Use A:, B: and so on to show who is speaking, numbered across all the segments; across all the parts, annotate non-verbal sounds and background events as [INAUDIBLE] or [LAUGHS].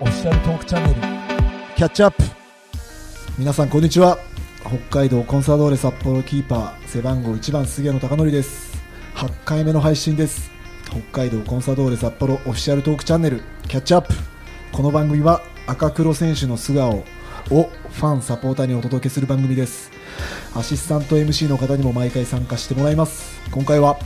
A: クチャンネルキャッチアップ皆さんこんにちは北海道コンサドーレ札幌キーパー背番号1番杉谷の貴則です8回目の配信です北海道コンサドーレ札幌オフィシャルトークチャンネルキャッチアップこの番組は赤黒選手の素顔をファンサポーターにお届けする番組ですアシスタント MC の方にも毎回参加してもらいます今回は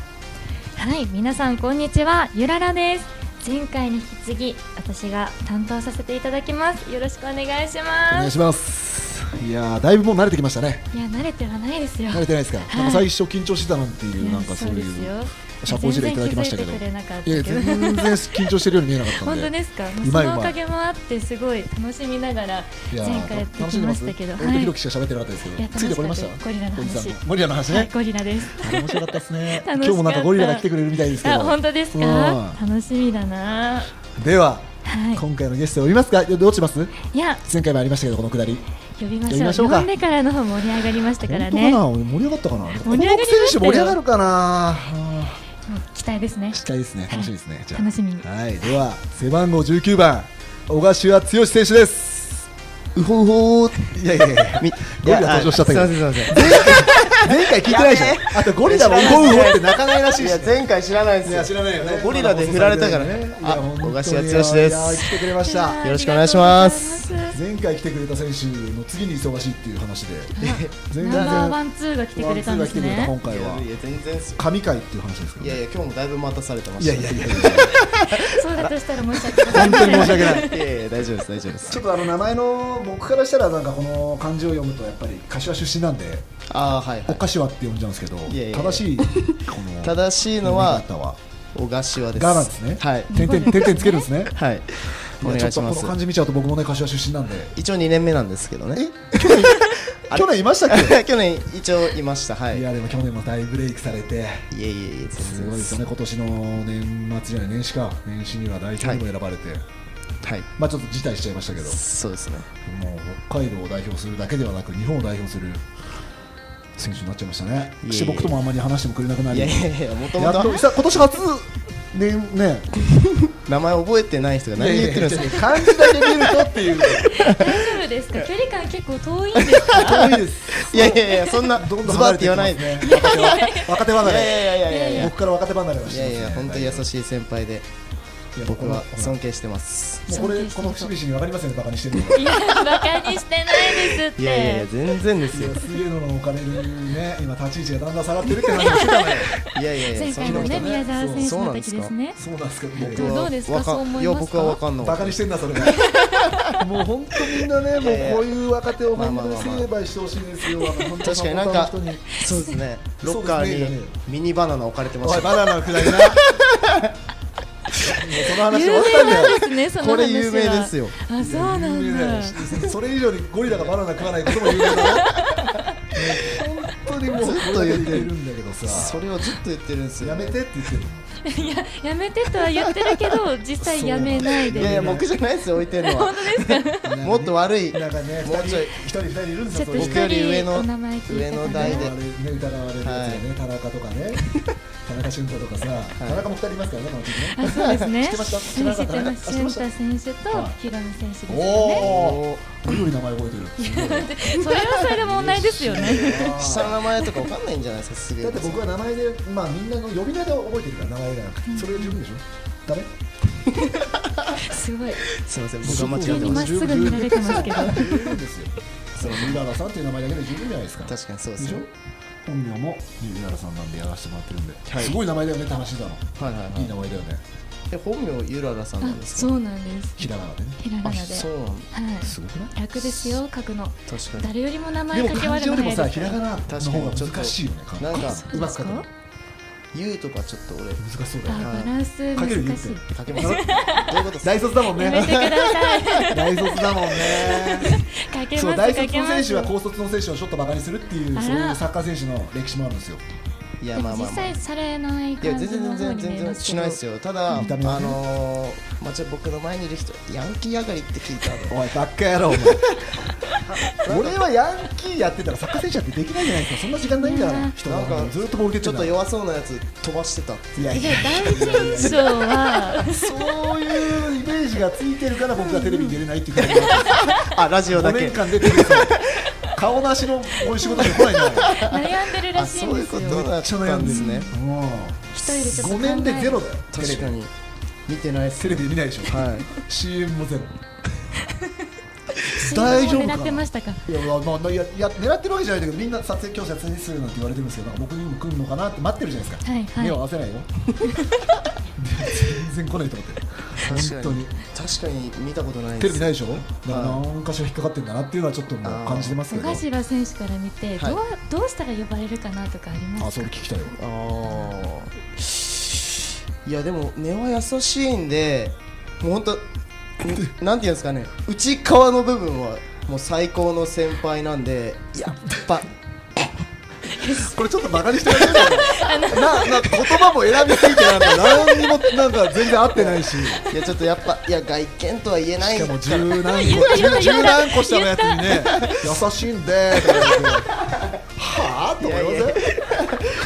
B: はい、皆さんこんにちは、ゆららです。前回に引き継ぎ、私が担当させていただきます。よろしくお願いし
A: お願い
B: ます。
A: しますいやーだいぶもう慣れてきましたね
B: いや、慣れてはないですよ。
A: 慣れてないですか、
B: はい
A: なんか最初緊張してたなんて
B: い
A: いう
B: や
A: なんかそう
B: です
A: いう
B: よ
A: 社交辞令いただきましたけど
B: 全然気づいてくれ
A: いや
B: なかったけど。
A: 全然緊張してるように見えなかったん
B: 本
A: で
B: 当ですか。もう
A: うま
B: そ
A: いうまい
B: のおかげもあってすごい楽しみながら
A: いやー
B: 前回やって
A: 楽
B: き
A: しんで
B: ま
A: ま
B: し
A: す
B: たけど、
A: 俺ドキドキして喋ってなかったですけど、
B: いや楽
A: ついてこれまし
B: しか
A: た
B: ったゴリラの話
A: ゴリさんゴリラの話ね、
B: はい、ゴリラです。
A: あれ面白かったですね
B: [LAUGHS] 楽しか
A: 今
B: った
A: 日もなんかゴリラが来てくれるみたいですけ
B: あ、
A: ど
B: 本当ですか。
A: う
B: 楽しみだな。
A: んでは、
B: はい。
A: 今回のゲスト呼びますかどどうします
B: いや、
A: 前回もありましたけどこのくだり
B: 呼びま
A: 呼びま
B: し
A: し
B: ょ
A: ょ
B: う。
A: うか
B: 呼んでからの方盛り上がりましたからね。もう
A: 本当かな盛り上がったかな
B: 盛り上がりましたよ
A: この選手盛り上がるかなあ
B: 期待ですね
A: ー。したいですね楽しみですねじゃあ
B: 楽しみに。
A: はい、では背番号19番小柏剛選手です。うほうほーいやいやいや、
C: み
A: ゴリラ登場しちゃったけど
C: いやあすいませんすいま
A: 前回聞いてないじゃ
C: や
A: ん。あとゴリラはうほうほーって泣かないらし
C: せ
A: い
C: んい
A: し
C: や、前回知らないですよ
A: 知らないよね。
C: ゴリラで振られたからね
A: いや
C: あ
A: 本当
C: 小
A: に
C: 柏剛で
A: いや
C: す
A: 来てくれまし
B: いや
A: た
B: ー。
C: よろしくお願いします
B: ありがとうございます
A: 前回来てくれた選手の次に忙しいっていう話で、全
B: ナンバーワンツーが来てくれたんです
A: ワン
B: ね。
A: ツーが来てくれた今
C: い
A: 回は
C: や全然す
A: 神回っていう話ですけど
C: いやい
A: ね。
C: や今日もだいぶ待たされてま
A: い
C: した
A: やいやいやいや。
B: そうだとしたら申し訳ござい
A: 本
B: ま
A: 当
B: せん
A: に申し訳ない。
C: いやいや大丈夫です大丈夫です
A: ちょっとあの名前の僕からしたらなんかこの漢字を読むとやっぱり柏出身なんで。
C: ああはいは
A: お
C: い
A: 菓子はって呼んじゃうんですけど、
C: いやいやいや
A: 正しいこの
C: 正しいの
A: は
C: は
A: 方は
C: 小柏です
A: ガなんですね。
C: はい
A: 点々点々つけるんですね。
C: はい [LAUGHS] お願い
A: や
C: し
A: ちょっ
C: ま
A: とこの
C: す
A: 漢字見ちゃうと僕もね柏出身なんで。
C: 一応二年目なんですけど [LAUGHS] ね
A: 去年いましたっ
C: 去年一応いましたはい
A: い
C: いや
A: やでも去年も大ブレイクされて。
C: いやいや全然
A: すごいですよね。今年の年末じゃない年始か年始には代表にも選ばれて、
C: はい
A: まあちょっと辞退しちゃいましたけど、
C: そうですね
A: もう北海道を代表するだけではなく日本を代表する選手になっちゃいましたね。
C: いや
A: して僕ともあんまり話してもくれなくなり、
C: いや
A: や
C: いやいやもとも
A: っ
C: と
A: とさ今年初年ね。
C: 名前覚えてない人が何言ってるんですか
A: 漢字だけ見るとっていう
B: 大丈夫ですか。距離感結構遠いんですか。
A: 遠いです
C: いやいやいやそんなズ
A: どんどん
C: バ
A: 離
C: っ
A: れ
C: て
A: て
C: 言
A: い
C: わ
A: きま
C: ない
A: す
C: で
A: ね若手離
C: いや
A: れ
C: いやいやいやいや
A: 僕から若手離れはし
C: い
A: て
C: や
A: ます
C: い
A: ね
C: や、本当に優しい先輩で、
A: いや
C: 僕は
A: この
C: 尊敬してます。
A: もうこれこの節々に分かりませんねバカにしてるの
B: いや、馬鹿にしてないですって。
C: いやいやいや、全然です
A: い
C: よ
A: や。杉野のお金にね今立ち位置がだんだん下がってるって話をしてたのよ
C: いやいやいや、
B: 前回の
C: そんな
B: ね、
C: こと
B: 宮沢選手
C: そう
B: の時ですね。
A: そうなんですけど
C: 僕は
B: どうですか
C: わ
B: そう思いますか
C: いや、僕はわかんなか
A: バ
C: った
A: カにしてんだそれ
C: [LAUGHS]
A: もう本当みんなね
C: いやいや
A: もうこういう若手を本当に
C: まあまあまあまあ
A: 成敗してほしいですよ確
C: 確かになんかそうですね。ロッカ
A: そうですねじゃ
C: ー
A: ね
C: にミニバナナ置かれてま
A: お
C: し
A: い
C: た。
A: バナナのくだりなもうその話終わったんだよ
B: ですね、その話
C: こ
B: は。
C: れ有名ですよ。
B: あ、そうなんだ。
A: それ以上にゴリラがバナナ食わないことも有名だなもう本当にもう
C: ずっと言
A: これだけ
C: ってる
A: でるんだけどさ
C: それをずっと言ってるんですよ。
A: やめてって言ってるの
B: いや、やめてとは言ってるけど、実際やめない
C: いやい
B: で。
C: や、僕じゃないですよ、置いてるのは。 [LAUGHS] もっと悪い。
A: なんかね
C: もうちょい
A: 一人二人いるんです
B: ち
A: よそ
B: ょっと
A: ういう
B: 一
C: 僕
A: ね
C: より上
B: 人
C: の
B: お名前聞い
C: 上
B: た
C: の
B: か
C: 代
B: な
C: で。
A: 疑われるやつがね田中とか
C: [LAUGHS]
A: ね田中俊太とかさ田中も二人いますからねこの時ね
B: あ、そう
C: [LAUGHS]
B: ですね。
A: 知ってました知らな
B: 知
A: か
B: っ
A: った
B: てます。俊太選手と
A: はい
B: ヒロミ選手ですよね。
A: おおゴリゴリ名前覚えて
C: [LAUGHS]
A: る
B: それはそれで問題ですよね。
C: 下の名前とかわかんないんじゃないですか、すぐ。
A: だって僕は名前でまあみんなの呼び名で覚えてるから名前がなくてそれで十分でしょダメ [LAUGHS]
B: すごい。
C: すいません、僕は間違
B: 急
C: って
B: に
C: ま
B: ま
C: し
B: っすぐ見られてますけど。
A: 十分ですよそのミララさんという名前だけで十分じゃないですか
C: た。確かにそうで
A: ですしょ
C: よ。
A: 本名もミララさんなんでやらせてもらってるんで、
C: はい
A: すごい名前だよねって話だの、
C: はいはいはい
A: い、い名前だよね
C: い。え、本名ゆららさんなん
B: あ、
C: です
B: そ
C: か。
B: うなんです。
A: ひらがなでね
B: ひらがな
C: あ、
B: で。
C: そうなんだ。
B: はい。
A: すごくない
B: 楽ですよ、書くの。
C: 確かに。
B: 誰よりも名
A: で
B: 前
A: も
B: 書き
A: 漢
B: 割
A: 字よ
B: る
A: り
B: の
A: も
B: 早
A: さ
B: い
A: ひ
B: から
A: がなの方が難しいよね
C: なんか
B: あそう
A: う
B: で
A: まく
B: す
A: 書
B: か
A: くの
C: ゆうとかちょっと俺
A: 難しそうだよね
B: あ、バランス
A: 書
B: 難
A: ける
B: しい。
C: 書けます [LAUGHS] どういうことですか
A: 大卒だもん
B: やめてく
A: ね
B: ださい。
A: 大卒だもんね
B: 書け
A: そ
B: ま
A: う大
B: す、
A: 卒
B: 書け
A: の
B: ま
A: 選
B: す。
A: 手は高卒の選手をちょっとバカにするっていう
B: あら
A: そういうサッカー選手の歴史もあるんですよ
C: いや
B: で
C: まあ
B: も
C: まあ
B: 実
C: まあい
B: 際されない
C: や全
B: 感じ
C: 然
B: の
C: 全
B: 方に
C: 然
B: 見
C: 全
B: えま
C: 然
B: す
C: しないですよただあ
A: 見た目はね
C: のーまあじゃあ僕の前にいる人ヤンキー上がりって聞いたの
A: おいバッカ野郎お前俺はヤンキーやってたらサッカー選手ってできないじゃないですかそんな時間ないんだから人
C: なんか
A: ずっとボール蹴って
C: ちょ
A: ん
C: っ
A: だ
C: と弱そうなやつ飛ばしてた
A: いやい
B: じ
A: や
B: ゃあ第一印象は
A: そういうイメージがついてるから僕がテレビに出れないっていう感じ
C: あラジオ
A: 5
C: だけ
A: 年間出てる人顔なしのこういう仕事しか来ないじゃない
B: 悩んでるら
C: あ
B: しい
C: そ
B: ん
C: うい
B: で
C: う
B: す
C: こ
B: よ
C: とだったんですね
B: 一人でちょっと
A: 5
B: 考え
A: 年でゼロだよ
C: 確かに見てないっす
A: テレビで見ないでしょ
C: は
A: CM もゼロ
B: 信号を
A: 大丈夫か
B: 狙ってましたか
A: いや,、まあ、いやいや狙ってるわけじゃないんだけどみんな撮影今日撮影するなんて言われてるんですけどなんか僕にも来るのかなって待ってるじゃないですか、
B: はいはい
A: 目を合わ
B: [LAUGHS]
A: せないよで全然来ないと思って
C: い
A: 本当に
C: 確かに見たことない
A: テレビないいでしょだから何か所引っかかってるんだなっていうのはちょっともう感じてますけ
B: 小
A: ど
B: 頭選手から見て、
C: はい
B: どうどうしたら呼ばれるかなとかあり
A: あ
B: ます
A: そ
B: か
A: れ聞きたいよ
C: あーいやでも根は優しいんでもう本当んなんていうんですかね内側の部分はもう最高の先輩なんでやっぱ
A: これちょっとバカにしてるけど
B: [LAUGHS]
A: なな言葉も選びすぎてなんか何にもなんか全然合ってないしし
C: いやちょっとやっぱいや外見とは言えない
A: かも十
C: から
A: 何個十十何個下のやつにね優しいんでとか言ってはあと思いません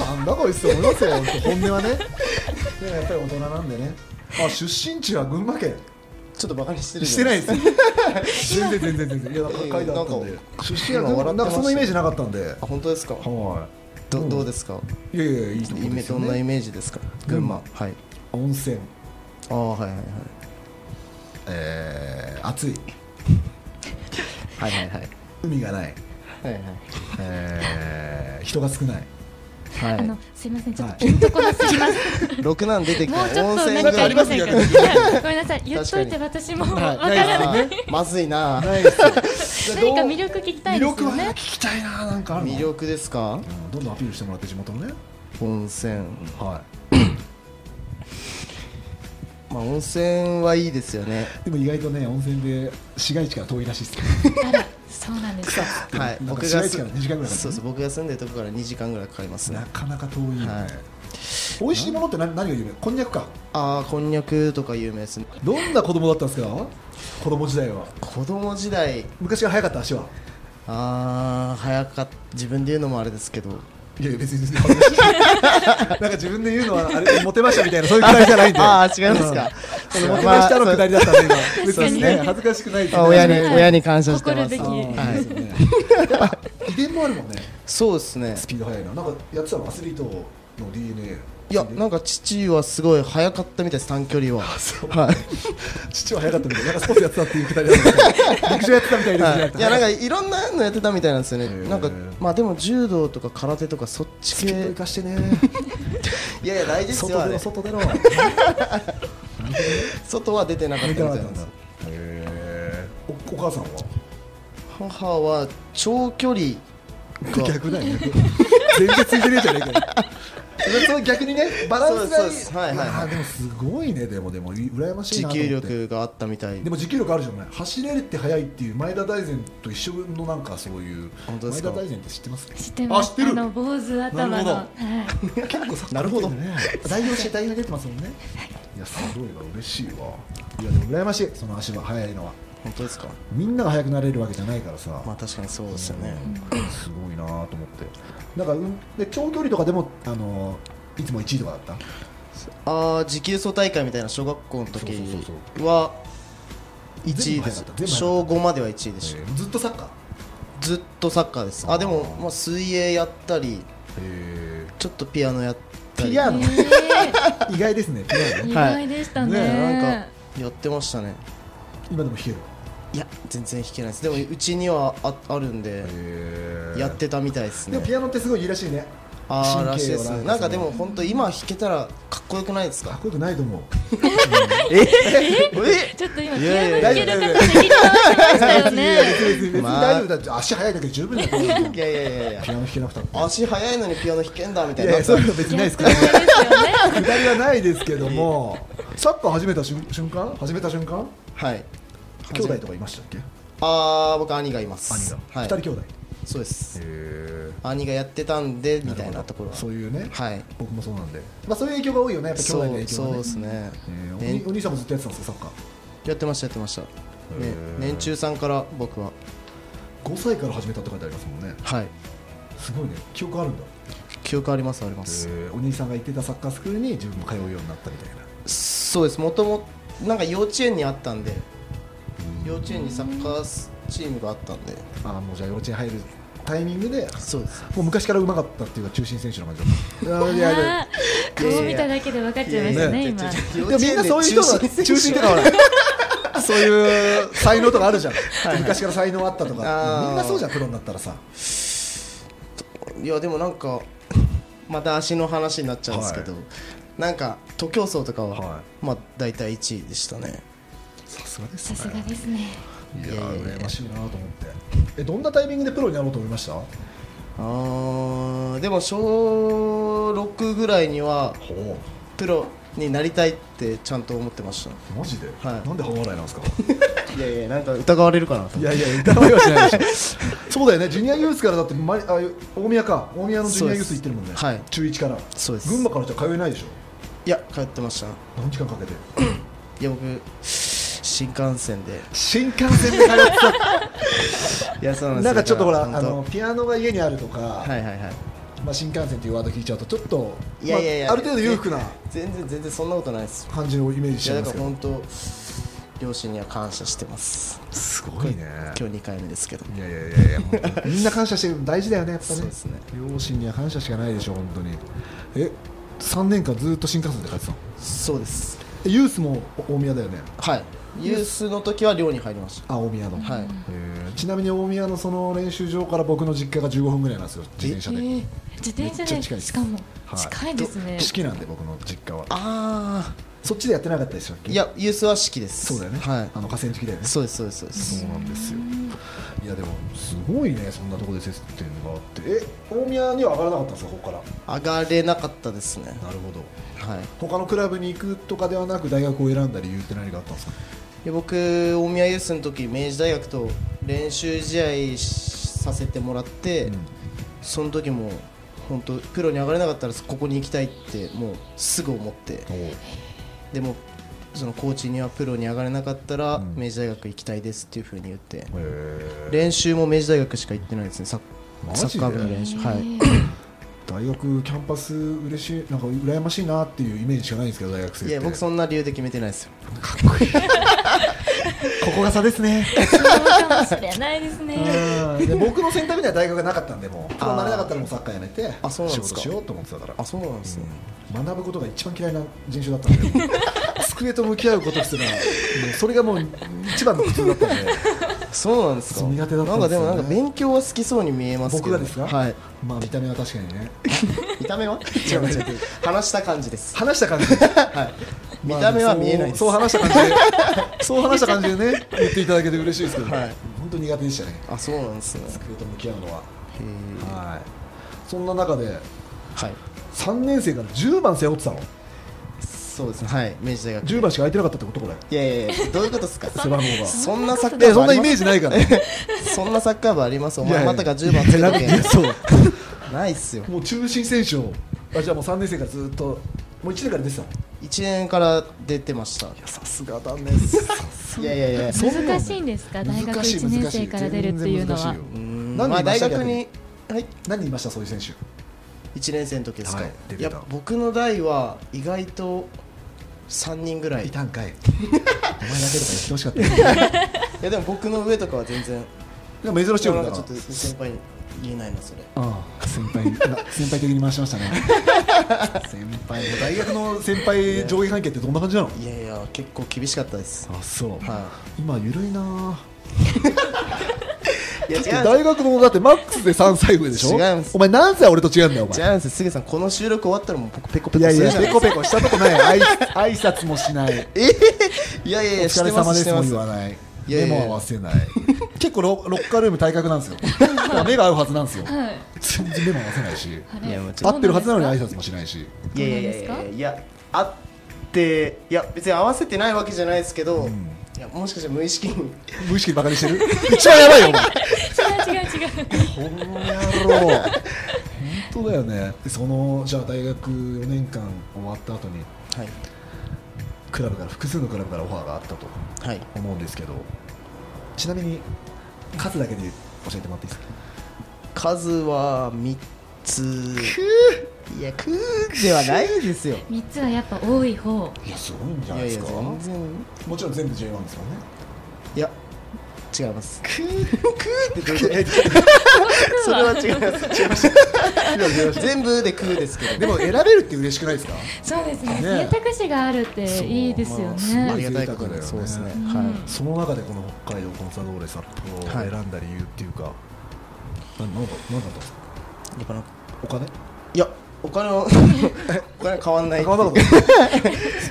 A: なんだこいつと思いますよ本当本音はねでもやっぱり大人なんでねあ出身地は群馬県
C: ちょっとバカにしてる
A: してない
C: い
A: です全然全然全然いやだから書いてあったん
C: いやい
A: で
C: やなん
A: 出身は群
C: 今
A: 馬
C: 笑って
A: な
C: ました
A: んかそのイメージなかったんで
C: あ本当ですか
A: は
C: ど
A: うん
C: どうですか
A: いいやいやいいとこ
C: イ
A: で
C: メ
A: す
C: ど
A: よ
C: んなイ
A: ね
C: メージですか
A: 群
C: 群
A: 馬
C: 馬はい
A: 温泉
C: ああはいはいはい
A: えー暑い
C: はいはいはい
A: 海がない
C: はい
A: えー人が少ない
C: はい
B: あ
C: は
B: のすいませんちょっとピンとこなすぎます、
C: い六男出てき
B: も
C: た
B: うちょっと
C: 温泉
B: なんかありませんか、はいごめんなさい言っといて
C: 確
B: 私もわ
A: はい
B: からない、
C: あーまずいな
A: ないですよ
B: [LAUGHS] 何か魅力聞きたい
A: 魅
B: です
A: 力
B: よ
A: はね聞
B: ね
A: きたいななんかあるの
C: 魅力ですか
A: うんどんどんアピールしてもらって地元のね
C: 温泉
A: はい
C: まあ温泉はいいですよね
A: でも意外とね温泉で市街地から遠いらしいですね
B: あらそうなんですか
C: はい
A: なんか
C: 僕
A: 市
C: が
A: 街地
C: す
A: から2時間ぐらいかかる
C: そうそう僕が住んでるとこから二時間ぐらいかかりますね
A: なかなか遠いよね、
C: はい
A: 美味しいものって何何が有名こんにゃくか
C: ああこんにゃくとか有名ですね
A: どんな子供だったんですか子供時代は
C: 子供時代
A: 昔は早かった足は
C: ああ早かった自分で言うのもあれですけど
A: いやいや別に [LAUGHS] なんか自分で言うのはあれモテましたみたいなそういうくだりじゃないんで
C: [LAUGHS] ああ違いますか
A: うんモテましたのくだりだったんで今別
B: そうです
A: に
B: ね
A: ね恥ずかしくないっていう
C: あ
A: [LAUGHS]
C: 親に
B: はい
C: 親に感謝してま
B: 誇
C: す
B: るべき
A: はい
C: は
A: [LAUGHS]
C: い
A: 遺伝もあるもんね
C: そうですね
A: スピード速いななんかやってたのアスリートの DNA
C: いやなんか父はすごい速かったみたいです短距離ははい
A: 父は速かったみたいななんかスポーツやってたっていうくだりだったんですけど陸上やってたみたいですね
C: はいいやなんかいろんなのやってたみたいなんですよ
A: へー
C: ねなんかまあでも柔道とか空手とかそっち
A: スピード
C: 系
A: 生かしてね
C: [LAUGHS] いやいや大事です
A: 外
C: よあ
A: 出ろ
C: れ
A: 外出ろ
C: 外は出てなかった
A: 見て
C: みたい
A: なか
C: な
A: った
C: ん
A: ん
C: で
A: だ
C: す
A: へーおお母さんは
C: 母は長距離が
A: 逆だよね全然ついてねえじゃねえかよその逆にねバランス
C: そう
A: が
C: で
A: い
C: す
A: い
C: はいはいはい
A: やーでもすごいねでもでもい羨ましい
C: 持
A: なと思
C: 久
A: って
C: 力があったみたい
A: でも持久力あるじゃない走れるって速いっていう前田大然と一緒のなんかそういう
C: 本当で
A: 前
C: すか
A: 田大然って知ってます
B: 知ってます
A: あ知ってる
B: あの坊主
A: な
B: 頭
A: るほど
B: のはい
A: 結構さ
C: なるほど
A: ね代表して代表出てますもんねいやすごいわ嬉しいわいやでも羨ましいその足は速いのは
C: 本当ですか
A: みんなが速くなれるわけじゃないからさ、
C: まあ確かにそうですよね
A: うんすごいなと思ってなんかうんで長距離とかでもあのいつも1位とかだった
C: ああ持久走大会みたいな小学校の時
A: そうそう
C: は1
A: 全
C: 位
A: 部早か
C: です
A: った全部早
C: 小5までは1位でし
A: え
C: た
A: ーずっとサッカー
C: ずっとサッカーです
A: あ
C: あ
A: ー
C: でも、まあ、水泳やったり
A: へ
C: ちょっとピアノやったり
A: ピアノ
B: え
A: ー意外ですねピア
B: ー
A: ノ
B: 意
C: はい
B: 外でしたね,、
A: ね
C: なんかやってましたね
A: 今でも弾ける
C: いや全然弾けないですでもうちにはああるんで
A: へ
C: やってたみたいです
A: で
C: ね
A: もピアノってすごいいいらしいね
C: ああらしい
A: 神経
C: で
A: を
C: す
A: なんか
C: なんかでも本当今弾けたらかっこよくないです
A: かっ
C: か
A: こよくないと思う
C: [LAUGHS] え
B: ちょっと今
C: い
B: ピ
C: やい
B: アノ
C: や
B: 弾ける方で切り替わってましたよね
A: 別に
C: まあ
A: 大丈夫だ足速いだけで十分だ
C: [LAUGHS]
A: と思うよ
C: えいやいやいやいや
A: ピアノ弾けなくたって
C: 足速いのにピアノ弾けんだみたい
A: い
C: な
A: やいやそういうの別にないですけど
B: そうですよね
A: 下りはないですけどもサッカー始めた瞬瞬間始めた瞬間
C: [LAUGHS] はい
A: 兄弟とかいましたっけ
C: ああ僕兄がいま
A: 兄
C: す
A: が
C: は
A: 二
C: い
A: 人兄弟
C: そうです
A: え
C: 兄がやってたんでみたいなところは
A: そういうね
C: はい
A: 僕もそうなんでまあそういう影響が多いよねやっぱ兄弟の
C: そう
A: 影響
C: そう
A: がね
C: ですね
A: えーお
C: ね
A: 兄お兄さんもずっとやってたんですかサッカー
C: やってましたやってました、ね
A: へー、
C: 年中さんから僕は
A: 5歳から始めたって書いてありますもんね
C: はい
A: すごいね記憶あるんだ
C: 記憶ありますあります、
A: お兄さんが行ってたサッカースクールに自分も通うようになったみたいな
C: そうですもともなんか幼稚園にあったんで
A: うん
C: 幼稚園にサッカーチームがあったんで
A: ああもうじゃあ幼稚園入るタイミングで
C: そうです
A: もう昔からうまかったっていうか中心選手の感じだったあーいやいや
B: あー顔見ただけで分かっちゃいましたね、今。
A: でもみんなそういう人が中心とかほらそういう才能とかあるじゃん昔から才能あったと
C: あ
A: か
C: ー
A: みんなそうじゃんプロになったらさ
C: [LAUGHS] いやでもなんかまた足の話になっちゃうんですけど、
A: は
C: なんか徒競走とかは、
A: は
C: まあ大体1位でしたね
A: さすがで
B: さすがですね。
A: いや
C: いやいやいや
A: 羨ましいなと思ってえどんなタイミングでプロになろうと思いましたほ
C: あーでも小6ぐらいには
A: う
C: プロになりたいってちゃんと思ってまし
A: マジで、
C: はい
A: なんで半笑いなんですか
C: たいやいやなんか疑われるかなと
A: いやいや疑いはしないでし
C: [LAUGHS]
A: ょそうだよねジュニアユースからだって、ま、あ大宮か大宮のジュニアユース行ってるもんね、
C: そうですはい
A: 中1から
C: そうです
A: 群馬からじゃ通えないでしょ
C: いや通ってました
A: 何時間かけて
C: いや僕新幹線で
A: 新幹線で通って
C: いやそう
A: た
C: なんです
A: なんかちょっとほらあ
C: 本当
A: のピアノが家にあるとか、
C: はいはいはい
A: まあ、新幹線というワード聞いちゃうとちょっと
C: いやいやいや
A: まあ、ある程度裕福な
C: 全然全然そんなことないです
A: 感じのイメージし
C: い
A: ちゃ
C: や
A: い
C: だ
A: ま
C: か
A: す
C: ら
A: けど
C: 本当両親には感謝してます
A: すごいね
C: 今日2回目ですけど
A: いやいやいやいやもうみんな感謝してるの大事だよねやっぱ
C: そう
A: ね
C: ですね
A: 両親には感謝しかないでしょ本当にえ3年間ずっと新幹線で帰ってたの
C: そうです
A: えユースも大宮だよね
C: はいユースの時は寮に入りまし
A: あ大宮の、
C: たはい
A: えーちなみに大宮のその練習場から僕の実家が15分ぐらいなんですよ自転車で、
B: えー自転車
A: めっちゃ近いで
B: で、
A: す
B: しかも
A: はい
B: 近いですね。
A: 式なんで僕の実家は
C: あ
A: そっちでやってなかったでしょっ
C: あ
A: け
C: いやユースは式です
A: そうだよね、
C: はい
A: あの河川敷だよね
C: そうですそうですそうです
A: そうなんですよいやでもすごいねそんなところで接点があってえ大宮には上がらなかったんですかここから
C: 上がれなかったですね
A: なるほど
C: はい
A: 他のクラブに行くとかではなく大学を選んだ理由って何があったんですか
C: で僕大宮ユースの時明治大学と練習試合しさせてもらって、その時も本当プロに上がれなかったらここに行きたいってもうすぐ思ってでもそのコーチにはプロに上がれなかったら、
A: うん
C: 明治大学行きたいですっていうふうに言って
A: おへえ
C: 練習も明治大学しか行ってないですねサッ
A: マジ
C: サ
A: で
C: ッカー部の練習はい
A: 大学キャンパス嬉しいなんか羨ましいなっていうイメージしかないんですけど大 [LAUGHS] 学生っ
C: い
A: て
C: や僕そんな理由で決めてないですよ
A: かっこいいここが差ですね
B: そうかもしれないですね。
A: で僕の選択には大学がなかったんでもうプロになれなかったらもうサッカーやめて
C: あそうなん
A: 仕
C: です
A: 事
C: か
A: しようと思ってたから
C: あそうなんですね、
A: うん学ぶことが一番嫌いな人種だったん [LAUGHS] で机と向き合うことすらもうそれがもう一番の苦痛だったんで
C: そうなんですか
A: 苦手だった
C: なん
A: ん
C: か
A: です
C: で
A: よね
C: もなんか勉強は好きそうに見えますけ
A: 僕
C: ど
A: がですか、
C: はい
A: まあ見た目は確かにね
C: 見た目は
A: 違う違う違う
C: 話した感じです
A: 話した感じで、まあ
C: 見た目は見えないです
A: そうそう話した感じでそう話した感じでね言っていただけて嬉しいですけど、
C: はい
A: 本当に苦手でしたね
C: あそうなんですね
A: 机と向き合うのは、
C: へー
A: はいそんな中で
C: はい
A: 3年生から10番背負ってたの
C: そうですねはい明治大学
A: 10番しか空いてなかったってことこれ
C: いやいやいやどういうことですか
A: 背番号が
C: そんなサッカ
A: い
C: ー
A: やそ
C: 部
A: ん
C: あ
A: なイ
C: ります
A: メージないから
C: そんなサッカー部ありますお
A: いやい
C: 前
A: や
C: またか10番つけと
A: いやいや
C: け
A: そう
C: ないっすよ
A: もう中心選手をあじゃあもう3年生からずっともう1年から出てたの
C: 1年から出てました
A: さすがだねさす
C: いやいやいや
A: そんなの
B: 難しいんですか大学
A: 難しい
B: 1年生から出るっていうのは
A: 難しよ
C: うーん
A: 何
C: ま
A: 人い
C: あ
A: ま
C: 大
A: した
C: 学にはい
A: 何人いましたそういう選手
C: 1年生の時ですか、
A: はい出
C: い
A: てた
C: や僕の代は意外と3人ぐらい
A: い
C: い
A: たんかいお前だけとか言ってほしか
C: [LAUGHS]
A: ったね
C: やでも僕の上とかは全然
A: でも珍しいよ
C: な
A: ね
C: ん
A: だ
C: か
A: か
C: ちょ
A: ら
C: っと先輩に言えないなそれ
A: ああ先輩に先輩的に回しましたね
C: [LAUGHS]
A: 先輩も大学の先輩上下関係ってどんな感じなの
C: いやいや結構厳しかったです
A: あそう、
C: は
A: 今ゆるいなあ
C: いや違うんで
A: 大学のだってマックスで3歳上でしょ
C: 違います
A: お前何歳俺と違うんだよお
C: す
A: 前
C: 違うんですすぐさんこの収録終わったらもう僕ペコペ
A: い
C: コ
A: やい
C: するじ
A: や
C: ゃない
A: ペ
C: です
A: コペ
C: か
A: コしたとこない挨拶挨拶もしない
C: いやいやい
A: お
C: や
A: 疲れ様ですも言わ
C: い
A: ない
C: いや
A: 目
C: いやいや
A: も合わせない結構ロロッカールーム体格なんですよ目が合うはずなんですよ
B: はい。
A: 全然目も合わせないし
B: あれ
C: いやもうちょ
A: 合ってるはずなのに
B: そう
A: 挨
B: んです
A: 拶もしないし
C: いやいやいやいやいやあっていや別に合わせてないわけじゃないですけど、
A: ん
C: いやもしかしたら無意識に
A: 無意識にバカにしてる一番やばいよお前
B: か違う違う違う。
A: この野郎本当だよねそのじゃあ大学4年間終わった後に
C: はい
A: クラブから複数のクラブからオファーがあったと
C: はい
A: 思うんですけどちなみに数だけで教えてもらっていいですか
C: 数は3ついやくーではないですよ
B: 三つはやっぱ多い方。
A: いやすごいんじ
C: い
A: ゃな
C: や
A: いで
C: い
A: す
C: や
A: か
C: 全然
A: もちろん全部 J1 ですよね
C: いや違います
A: えどういうことえ
C: [LAUGHS] それは違います違います [LAUGHS] 全部で「く」ですけ
A: で
C: ど
A: [LAUGHS] も選べるって嬉しくないですか
B: そうですね。
A: ね
B: 選択肢があるっていいですよ
A: そうま
B: ね
A: あ。
C: ありがたいこ
A: 贅沢
C: と
A: だよ
C: で
A: ね
C: そうですね
B: うん
C: は
A: その中でこの北海道コンサドーレ札幌を
C: はい
A: 選んだ理由っていうか、ななんかなんだったんですか
C: いやっぱなんか
A: お金
C: いや [LAUGHS] お金はお金は変わんない
A: 高田
C: う [LAUGHS]
A: 君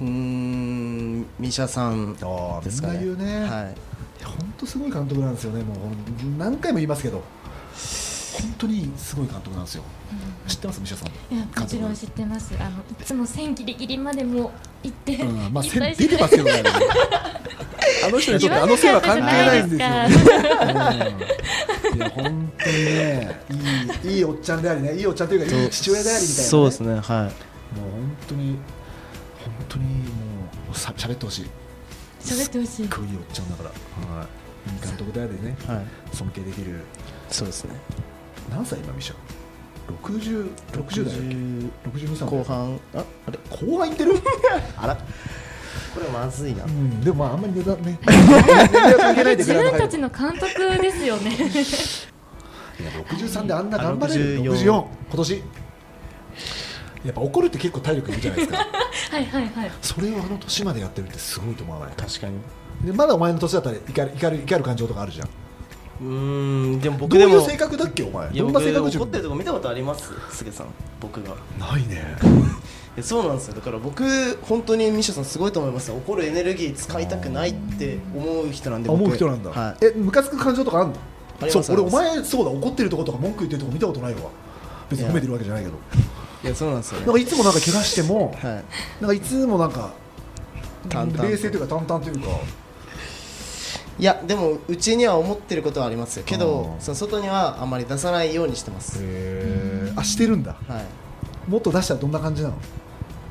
C: ーんミシャさん
A: そうああ
C: で
A: み
C: す
A: ん
C: か
A: な
C: ね
A: 言うね、
C: はい
A: 本当すごい監督なんですよねもうほん何回も言いますけど本当にすごい監督なんですよ知ってますミシャさん [LAUGHS]
B: いやもちろん知ってます。あのいつも線ギリギリまでも行って、いっ
A: うん、まあ、せ
B: ぱい
A: 出てますけど [LAUGHS] ね。あの人にとってあの線は関係ないんですよね。うんいや、本当にね、いい、いいおっちゃんでありね、いいおっちゃんというか、いい父親でありみたいな、
C: そうです。ねはい
A: もう本当に、本当にもう、さ、喋ってほしい。
B: 喋ってほしい。
A: こういいおっちゃんだから。はい。いい監督でありね、
C: はい
A: 尊敬できる。
C: そうですね
A: 何歳今ミシャ。六十、六十代だっけ。六十二歳。
C: 後。半ああれ
A: 後半いってる。
C: あらこれまずいな
A: うん、でも、まあ、あんまり値段
C: [LAUGHS]
A: ね。年齢は関係ないでく
B: 自
A: らいの
B: 分
A: 入
B: た
A: る
B: ちの監督ですよね。
A: いや63であんな頑張れる
C: 64
A: 64今年やっぱ怒るって結構体力いるじゃないですか
B: はいはいはい。
A: [LAUGHS] それをあの年までやってるってすごいと思わない
C: 確かに
A: でまだお前の年だったら怒る怒る怒る感情とかあるじゃん
C: うーんでも
A: ど
C: 僕
A: う
C: で
A: い
C: も
A: う性格だっけお前
C: いや
A: どん
C: 僕
A: な性格
C: 怒ってるとこ見たことありますすげさん僕が
A: ないね
C: いやそうなんですよだから僕本当にミシャさんすごいと思いますよ怒るエネルギー使いたくないって思う人なんで僕
A: 思う人なんだ、
C: はい
A: えムカつく感情とかあんの
C: あり
A: そ
C: ま
A: う
C: す
A: 俺
C: あ
A: お
C: ります
A: 前そうだ怒ってるとことか文句言ってるとこ見たことないわ別に褒めてるわけじゃないけど
C: いやそうなんですよ
A: なん
C: ね
A: かいつもなんか怪我しても
C: はい
A: なんかいつもなんか
C: 淡々と
A: 冷静というか淡々というか
C: いやでもうちには思ってることはありますよけど
A: あー
C: その外にはあんまり出さないようにしてます
A: へーあしてるんだ
C: はい
A: もっと出したらどんな感じなの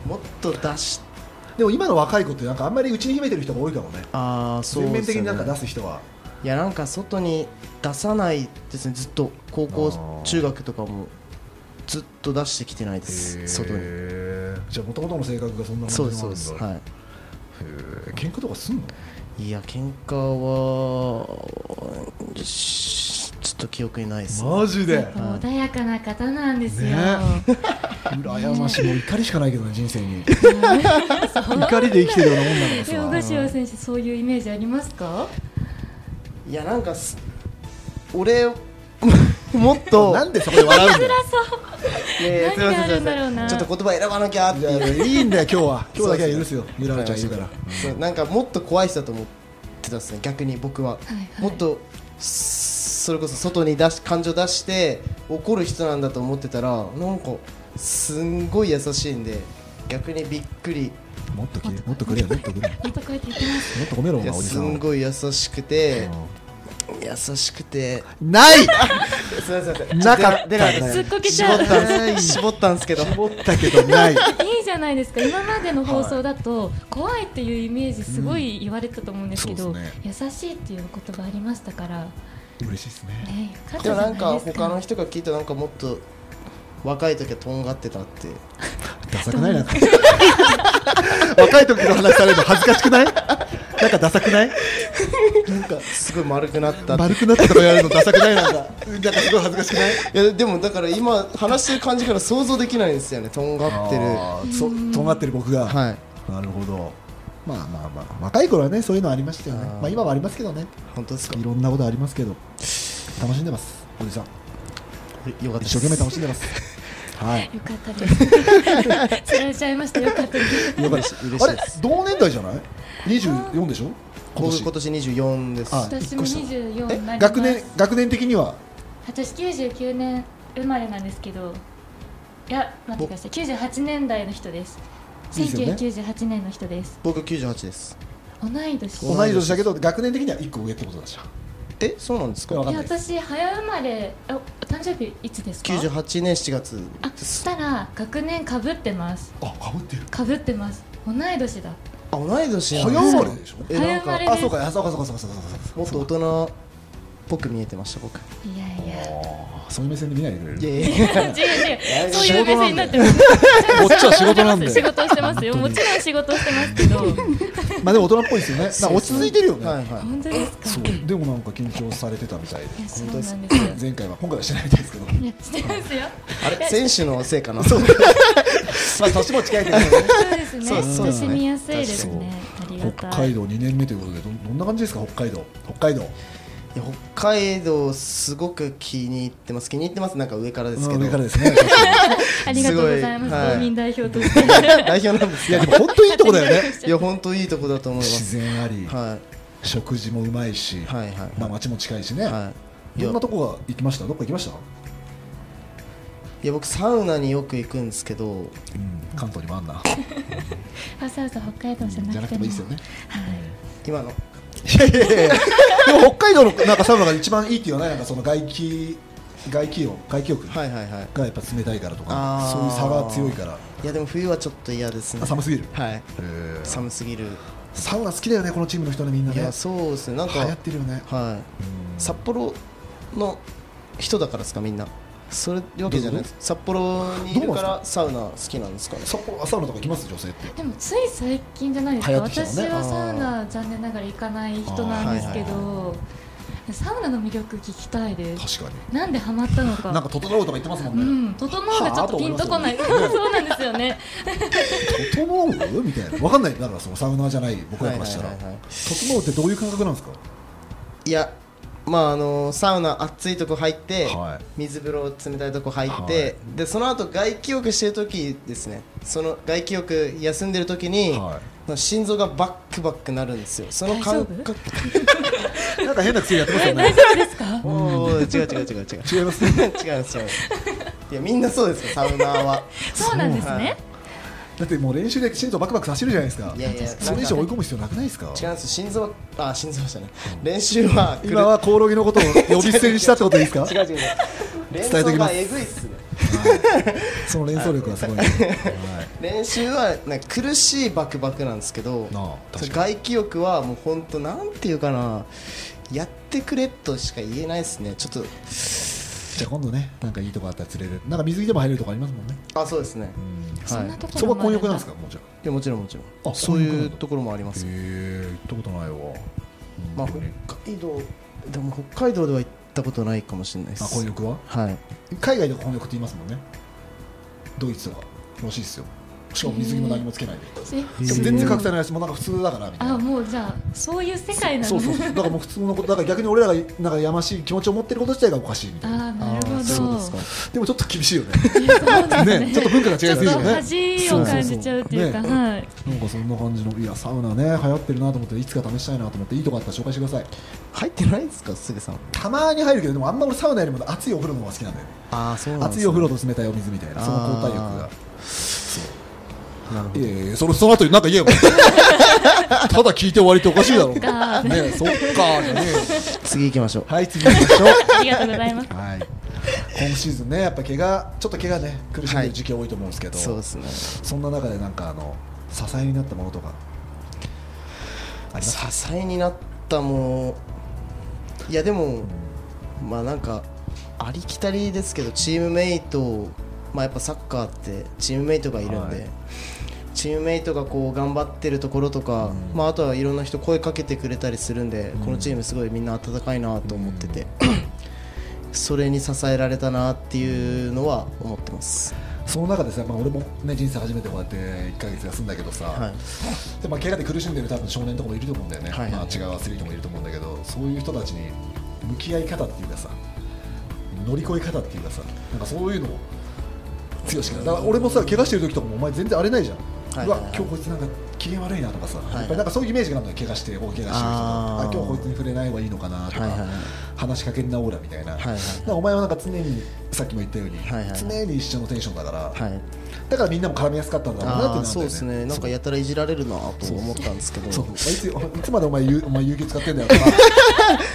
C: もっと出し
A: でも今の若い子ってなんかあんまりうちに秘めてる人が多いかもね
C: ああそう
A: 全
C: ですね
A: 面的になんか出す人はい
C: やなんか外に出さないですねずっと高
A: あー
C: 校中学とかもずっと出してきてないです外に
A: じゃあもともとの性格がそんな感じ
C: そう
A: なん
C: で
A: だ
C: すそうですはい
A: へー喧嘩とかすんの
C: いや喧嘩はしちょっと記憶にないですね
A: マジで
B: 穏やかな方なんですよ。
A: ね羨ましいもう怒りしかないけどね人生に [LAUGHS] 怒りで生きてるようなもんなんです
B: でも
A: わ
B: 小柏選手そういうイメージありますか？
C: いやなんかす俺 [LAUGHS] もっと
A: なんでそこで笑うんだよ
C: いやいやすいま
B: 何
C: せん
B: があるんだろう
C: すいま
B: な
C: せんちょっと言葉選ばなきゃって
A: じゃあ
C: いう
A: いいんだよ今日は今日だけは許すよゆららちゃんいるから
C: そうなんかもっと怖い人だと思ってたですね逆に僕は、
B: いはい
C: もっとそれこそ外に出し感情出して怒る人なんだと思ってたらなんかすんごい優しいんで逆にびっくり
A: もっときもっとくれよもっとくれよ
B: またこうやって言ってます。
A: もっと褒めろお
C: い
A: 前
C: や
A: おじ
C: す
A: さん
C: ん
A: を
C: ごい優しくて優しくて
A: ない
C: すいませんすいません
A: なかったね
C: 出なかった
B: すっこけち
C: 絞
B: ゃ
C: っ
B: う。
C: たんです絞ったんですけど
A: 絞ったけどない
B: いいじゃないですか今までの放送だと怖いっていうイメージすごい言われてたと思うんですけど、
A: うんそうで
B: 優しいっていう言葉ありましたから、
A: [LAUGHS] 嬉しいですね
B: ね、よかったじ
C: でもな
B: ゃ
C: ん
B: ない
C: か
B: です
C: 他の
B: か
C: 人が聞いたらなんかもっと若い時はとんがってたって
A: ダサくないなんか若い時の話されるの恥ずかしくないなんかダサくない
C: なんかすごい丸くなったって
A: 丸くなったとかやるのダサくないなんかなんかすごい恥ずかしくない
C: いやでもだから今話してる感じから想像できないんですよねとんがってるは
A: [LAUGHS] あーそとんがってる僕が、
C: い
A: なるほどまあまあまあ若い頃はねそういうのありましたよね
C: あー
A: まあ今はありますけどね
C: 本当ですか
A: いろんなことありますけど楽しんでますおじさん
C: よかったで
A: 一
C: す
A: 生懸命楽しんで [LAUGHS] ますはい
B: よかったです釣られちゃいましたよかったです
A: よかった
C: 嬉しい
A: あ
C: 嬉しい
A: れ
C: です
A: 同年代じゃない24でしょ今
C: 僕
A: 年
C: 今年24です
A: あ
B: 私も24にな
A: え
B: ります
A: 学年学年的には
B: 私99年生まれなんですけどいや待ってください98年代の人です
A: いいですよね
B: 1998年の人です
C: 僕98です
B: 同い年
A: 同い年だけど学年的には1個上ってことだし
C: えそうなんです
A: いやわ
C: か
A: かん
B: い
A: な
B: や
A: いです
B: 私早生まれあ誕生日いつですか
C: 98年7月
B: あそしたら学年かぶってます
A: あ、かぶってる。
B: かぶってます同い年だ
C: あ同い年なん
A: 早
C: です
A: 生
C: か
A: まれでしょ
C: えなん
B: 早生ま
C: か
B: れ
A: あそうかあそうかそうかそうかそうかそうか
C: もっと大人っぽく見えてました僕
B: いやいや
A: あーそういう目線で見ないでくれる
C: いやいや
B: 違う違うそうい
C: 仕
B: う目
C: 事
B: 線
C: な
B: に
C: ん
B: な
C: だ
B: ってます
D: こっちは仕事なんで
B: 仕事をしてますよもちろん仕事をしてますけど
A: [LAUGHS] まあでも大人っぽいですよねなんか落ち着いてるよね
C: はいはい
B: 本当ですか
A: そうでもなんか緊張されてたみたいで
B: いやそう
C: 本
B: な
C: 当
B: ん
C: で
B: です
C: す
B: よ
A: 前回は今回はしてないみたいですけど
B: いやしてますよ
C: あれ選手のせいかな [LAUGHS]
A: まあ年も近いけど
B: そうですね
C: そうそう
B: 親
C: ですね
B: しみやすいですねありが
A: 北
B: た
A: 海
B: い
A: 道2年目ということでどどんな感じですか北海道北海道
C: いや北海道すごく気に入ってます気に入ってますなんか上からですけど
A: 上からですね [LAUGHS]
B: ありがとうございます
C: すごいはい
B: 道民代表として
C: [LAUGHS] 代表なんです
A: い
C: いや
A: やでも本当いいとこだよ
C: [LAUGHS]
A: ね
C: いや本当いいとこだと思いま
A: 自
C: す
A: 然あり、
C: は
A: 食事もうまいし、
C: いはいはい
A: まあ街も近いしね、
C: はいい
A: ど
C: や
A: んなとこが行きましたどっか行きました、
C: いや僕サウナによく行くんですけど
A: 関東にもあんな
B: わざわざ北海道じゃ
A: じゃ
B: な
A: なくて
B: くて
A: も
B: も
A: いいですよね
C: 今の
A: いやいやいやでも北海道のなんかサウナが一番いいっていうのはねなんかその外気外気温外気浴
C: はいはいはい
A: がやっぱ冷たいからとか
C: あー
A: そういう差が強いから
C: いやでも冬はちょっと嫌ですね
A: あ寒すぎる
C: はい
A: へー
C: 寒すぎる
A: サウナ好きだよねこのチームの人ねみんないね
C: やそうですねなん
A: 流行っ
C: か
A: てるよね
C: はい札幌の人だからですかみんなそれわけじゃないです札幌にいるからサウナ好きなんですかね
A: そこサウナとか行きます女性って
B: でもつい最近じゃないです
A: 流
B: か
A: 行ってきたの
B: 私
A: ね
B: はサウナ残念ながら行かない人なんですけ
C: あー
B: どサウナの魅力聞きたいです
A: 確かに
B: なんでハマったのか
A: なんか整うとか言ってますもん
B: う
A: ね、
B: ん、整うがちょっとピンとこない、そうなんですよね。
A: 整うみたいなわかんないだからそのサウナーじゃない僕らからしたら、
C: はいはいはいはい
A: 整うってどういう感覚なんです
C: [LAUGHS]
A: か
C: いやまああのサウナ暑いとこ入って、
A: はい
C: 水風呂冷たいとこ入って、
A: はい
C: でその後外気浴してる時ですねその外気浴休んでる時に、
A: は
C: 心臓がバックバックなるんですよその感覚
A: なんか変な薬やってますよ
B: 大
C: [LAUGHS]
A: ね
B: 丈夫ですか。
C: おー違う違う違う違う
A: [LAUGHS] 違いますね
C: 違う違ういやみんなそうですよサウナーは
B: [LAUGHS] そうなんですね。
A: だってもう練習できちんとバクバク走るじゃないですか
C: いやいや
A: それ以上追い込む必要なくないですか
C: 違うんです心臓はあ心臓じゃない練習は
A: 今はコオロギのことを呼び捨てにしたってことですか
C: 違う違う違う
A: 伝
C: 連
A: えとき
C: 想
A: ま
C: が
A: す
C: えぐいっすね
A: [LAUGHS] その連想力がすごいね、はい
C: 練習はなんか苦しいバクバクなんですけど
A: なあ確か
C: 外気浴はもう本当なんていうかなやってくれとしか言えないですねちょっ
A: じゃあ今度ねなんかいいとこあったら連れてなんか水着でも入れるとこありますもんね、
C: とあそうですね
B: そん
C: は
B: ないところ
A: そこは混浴なんです
B: か。
A: かもうじゃ
C: いやもちろんもちろん
A: あ
C: そう
A: そう
C: い
A: いうこ
C: う
A: と
C: ところもありま
A: あ
C: す
A: へえ行ったことないわ
C: ま
A: 本
C: あ
A: 当に
C: 北海道でも北海道では行ったことないかもしれないです
A: あ混浴は
C: はい
A: 海外で混浴って言いますもんねドイツはらしいですよしかも水着も何もつけないで、
B: え
A: でも全然隠さないしもうなんか普通だからみたい
B: あ、
A: な
B: もうじゃあ、そういう世界な
A: そ
B: の
A: う。そうそうだからもう普通のことだから逆に俺らがなんかやましい気持ちを持ってること自体がおかしいみたいな
B: あー、なるほ
C: あ
B: ど。
C: ーそうですか
A: でもちょっと厳しいよね
B: いやそうなんです
A: ねちょっと文化が違いす
B: ち
A: ぎ
B: ょ
A: る
B: っ
A: よ
B: と
A: ね
B: 恥を感じちゃうっていうか、
A: そうそう
B: はい。
A: なんかそんな感じのいやサウナね流行ってるなと思っていつか試したいなと思っていいとこあったら紹介してください
C: 入ってないですかすぐさん
A: たまに入るけどでもあんま俺サウナよりも熱いお風呂の方が好きなんだよね
C: ああそうなんです
A: 熱いお風呂と冷たいお水みたいなその交代力が
C: あなるほ
A: いやいやそれその後になんか言え [LAUGHS] ばただ聞いて終わりっておかしいだろ
B: か
A: ねそっかね
C: ど次行きましょう
A: はい次行きましょ
B: ありがとうございます。
A: うはい今シーズンねやっぱ怪我ちょっと怪我ね苦しんでる時期多いと思うんですけど、
C: そうですね
A: そんな中でなんかあの支えになったものとかあります
C: 支えになったものいやでもまあなんかありきたりですけどチームメイトまあやっぱサッカーってチームメイトがいるん
A: は
C: で、
A: い
C: チームメイトがこう頑張ってるところとか、まあ、あとはいろんな人声かけてくれたりするんで、このチームすごいみんな温かいなと思って [CLEARS THROAT] て、それに支えられたなっていうのは思ってます。
A: その中でさ、まあ、俺も、ね、人生初めてこうやって1か月休んだけどさ、
C: はい
A: でまあ、怪我で苦しんでる多分少年とかもいると思うんだよね、
C: はい
A: まあ、違うアスリートもいると思うんだけどそういう人たちに向き合い方っていうかさ乗り越え方っていうかさなんかそういうのを強しかだから俺もさ怪我してる時とかもお前全然荒れないじゃん、
C: はいはいはいう
A: わ今日こいつなんか機嫌悪いなとかさ、
C: い
A: やっぱりなんかそういうイメージがあるのよ怪我して大怪我してる人とか
C: あー
A: あ今日こいつに触れない方がいいのかなとか、
C: はいはいはい
A: 話しかけんなオーラみたいな,、
C: いはい
A: お前はなんか常にさっきも言ったように、
C: はいはい
A: 常に一緒のテンションだから、
C: はい、
A: だからみんなも絡みやすかったんだろうなって
C: あ
A: な
C: ー
A: んだ
C: そ
A: よ
C: うですねなんかやたらいじられるなと思ったんですけど
A: そういついつまでお前ゆお前有給使ってんだよ
C: [LAUGHS]
A: とか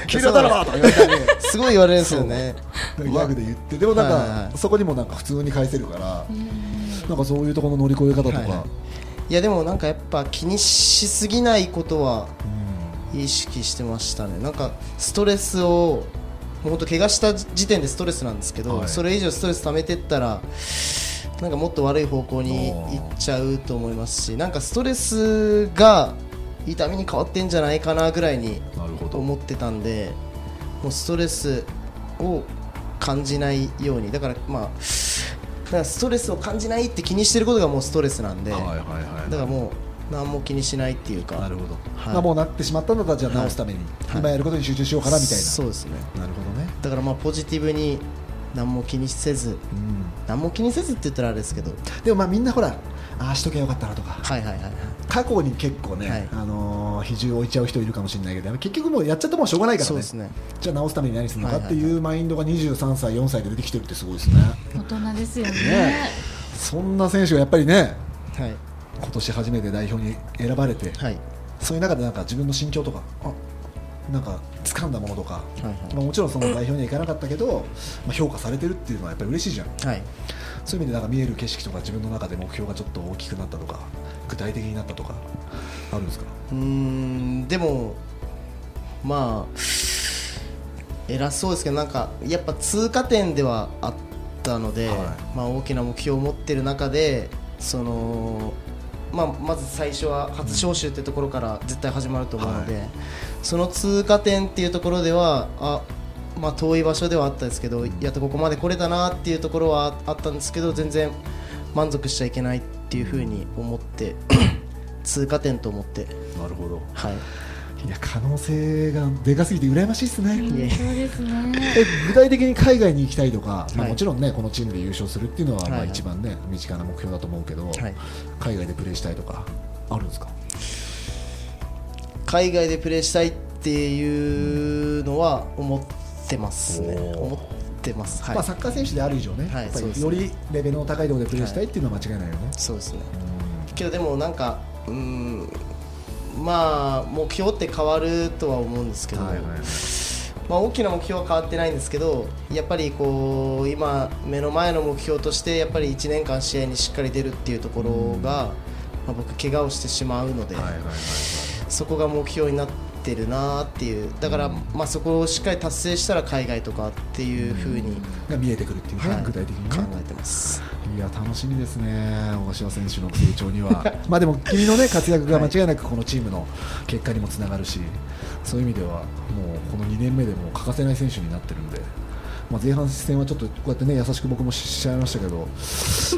A: 給料だろとか言われたり
C: すごい言われるんですよね。
A: ギャグで言ってでもなんか、
C: はいはいはい
A: そこにもなんか普通に返せるからなんかそういうところの乗り越え方とか、
C: はいはい
A: あ
C: いやでもなんかやっぱ気にしすぎないことは意識してましたねなんかストレスをもうほんと怪我した時点でストレスなんですけど、
A: はい
C: それ以上ストレス溜めてったらなんかもっと悪い方向に行っちゃうと思いますしなんかストレスが痛みに変わってんじゃないかなぐらいに
E: なるほど
C: 思ってたんでもうストレスを感じないようにだからまあだからストレスを感じないって気にしてることがもうストレスなんで、
E: はいはいはい
C: だからもう何も気にしないっていうか
E: なるほど
C: はい
A: まあもうなってしまったんだったらじゃあ直すために、
C: はい
A: 今やることに集中しようかなみたいな、
C: そうですね
A: なるほどね、
C: だからまあポジティブに何も気にせず
A: うん、
C: 何も気にせずって言ったらあれですけど
A: でもまあみんなほらああしとけばよかったなとか
C: はいはいはいはい
A: 過去に結構ね、
C: はい
A: あのー比重を置いちゃう人いるかもしれないけど結局もうやっちゃってもうしょうがないから
C: そう
A: ね
C: ですね
A: じゃあ直すために何するのか
C: は
A: っ
C: いはい
A: て
C: はい
A: いうマインドが23歳4歳で出てきてるってすごいですね
B: 大人ですよね
A: ねそんな選手がやっぱりね
C: はい
A: 今年初めて代表に選ばれて、
C: はい
A: そういう中でなんか自分の心境とかあなんか掴んだものとか、
C: はい
A: まあ、もちろんその代表には行かなかったけど、まあ、評価されてるっていうのはやっぱり嬉しいじゃん
C: はいはい
A: そういう意味でなんか見える景色とか自分の中で目標がちょっと大きくなったとか具体的になったとかあるんですか
C: うーんでもまあ偉そうですけどなんかやっぱ通過点ではあったので、
A: はい
C: まあ、大きな目標を持ってる中でその、まあ、まず最初は初招集ってところから絶対始まると思うので、その通過点っていうところではあまあ、遠い場所ではあったんですけどやっとここまで来れたなっていうところはあったんですけど全然満足しちゃいけないっていうふうに思って
A: [LAUGHS]
C: 通過点と思って
E: なるほど
C: はい
A: いや可能性がでかすぎて羨ましいですね、
B: 本当ですね
A: え具体的に海外に行きたいとか、まあ、
C: はい
A: もちろんねこのチームで優勝するっていうのは、
C: はい
A: まあ、
C: はい
A: 一番ね身近な目標だと思うけど、
C: はい
A: 海外でプレーしたいとかあるんですか
C: 海外でプレーしたいっていうのは思ってますね
A: おー
C: 思ってますはい、
A: まあ、サッカー選手である以上ね、
C: はい
A: やっぱ
C: そうで
A: り
C: すね
A: よりレベルの高いところでプレーしたいっていうのは間違いないよね。
C: そうですねけどでもなんかうーんまあ目標って変わるとは思うんですけど、まあ、大きな目標は変わってないんですけどやっぱりこう今目の前の目標としてやっぱり1年間試合にしっかり出るっていうところが、まあ、僕怪我をしてしまうので、そこが目標になってるなっていうだから、まあ、そこをしっかり達成したら海外とかっていうふうに、
A: が見えてくるっていうね、
C: はい
A: 具体的に
C: 考
A: ね。
C: えてます。
A: いや楽しみですね、小柏選手の成長には。 [LAUGHS] まあでも君のね活躍が間違いなくこのチームの結果にもつながるし、そういう意味ではもうこの2年目でもう欠かせない選手になってるんで。まあ前半戦はちょっとこうやってね優しく僕もしちゃいましたけど、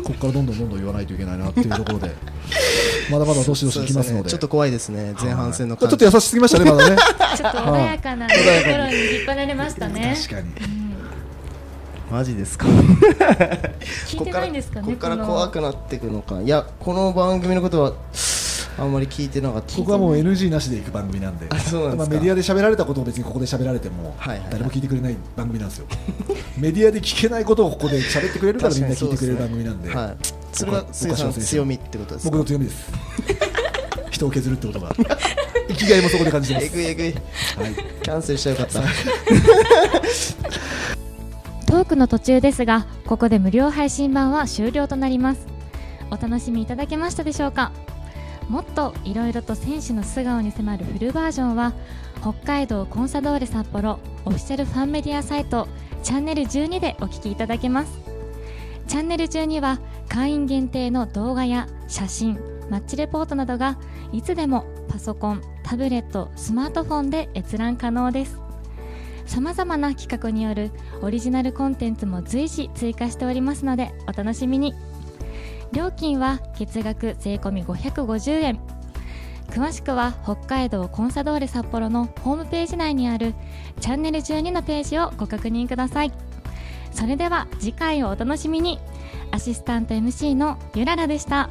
A: ここからどんどんどんどん言わないといけないなっていうところ
C: [LAUGHS]
A: で、まだまだどしどしいきますので、
C: ちょっと怖いですね、前半戦の
A: はいちょっと優しすぎましたねまだね。
B: ちょっと穏やかなところに引っ張られました
C: [LAUGHS]
B: ね
A: 確かに。
C: マジですか
B: 聞いてないんですかね
C: ここから
B: この
C: 怖くなっていくのかいやこの番組のことはあんまり聞いてなかった
A: ここはもう NG なしで行く番組なんで、
C: あそうなんですか
A: まあ、メディアで喋られたことを別にここで喋られても、
C: はいはいはい
A: 誰も聞いてくれない番組なんですよ。 [LAUGHS] メディアで聞けないことをここで喋ってくれるからみんな聞いてくれる番組なんで、
C: はい、それが杉さんの強みってことです
A: 僕
C: か
A: の強みです。
C: [LAUGHS]
A: 人を削るってことが、生きがいもそこで感じてま
C: え
A: す。
C: ぐいえぐい
A: はい
C: キャンセルしちゃよかった
B: トークの途中ですがここで無料配信版は終了となりますお楽しみいただけましたでしょうかもっといろいろと選手の素顔に迫るフルバージョンは北海道コンサドーレ札幌オフィシャルファンメディアサイトチャンネル12でお聞きいただけますチャンネル12は会員限定の動画や写真マッチレポートなどがいつでもパソコンタブレットスマートフォンで閲覧可能ですさまざまな企画によるオリジナルコンテンツも随時追加しておりますのでお楽しみに料金は月額税込550円詳しくは北海道コンサドーレ札幌のホームページ内にあるチャンネル12のページをご確認くださいそれでは次回をお楽しみにアシスタント MC のゆららでした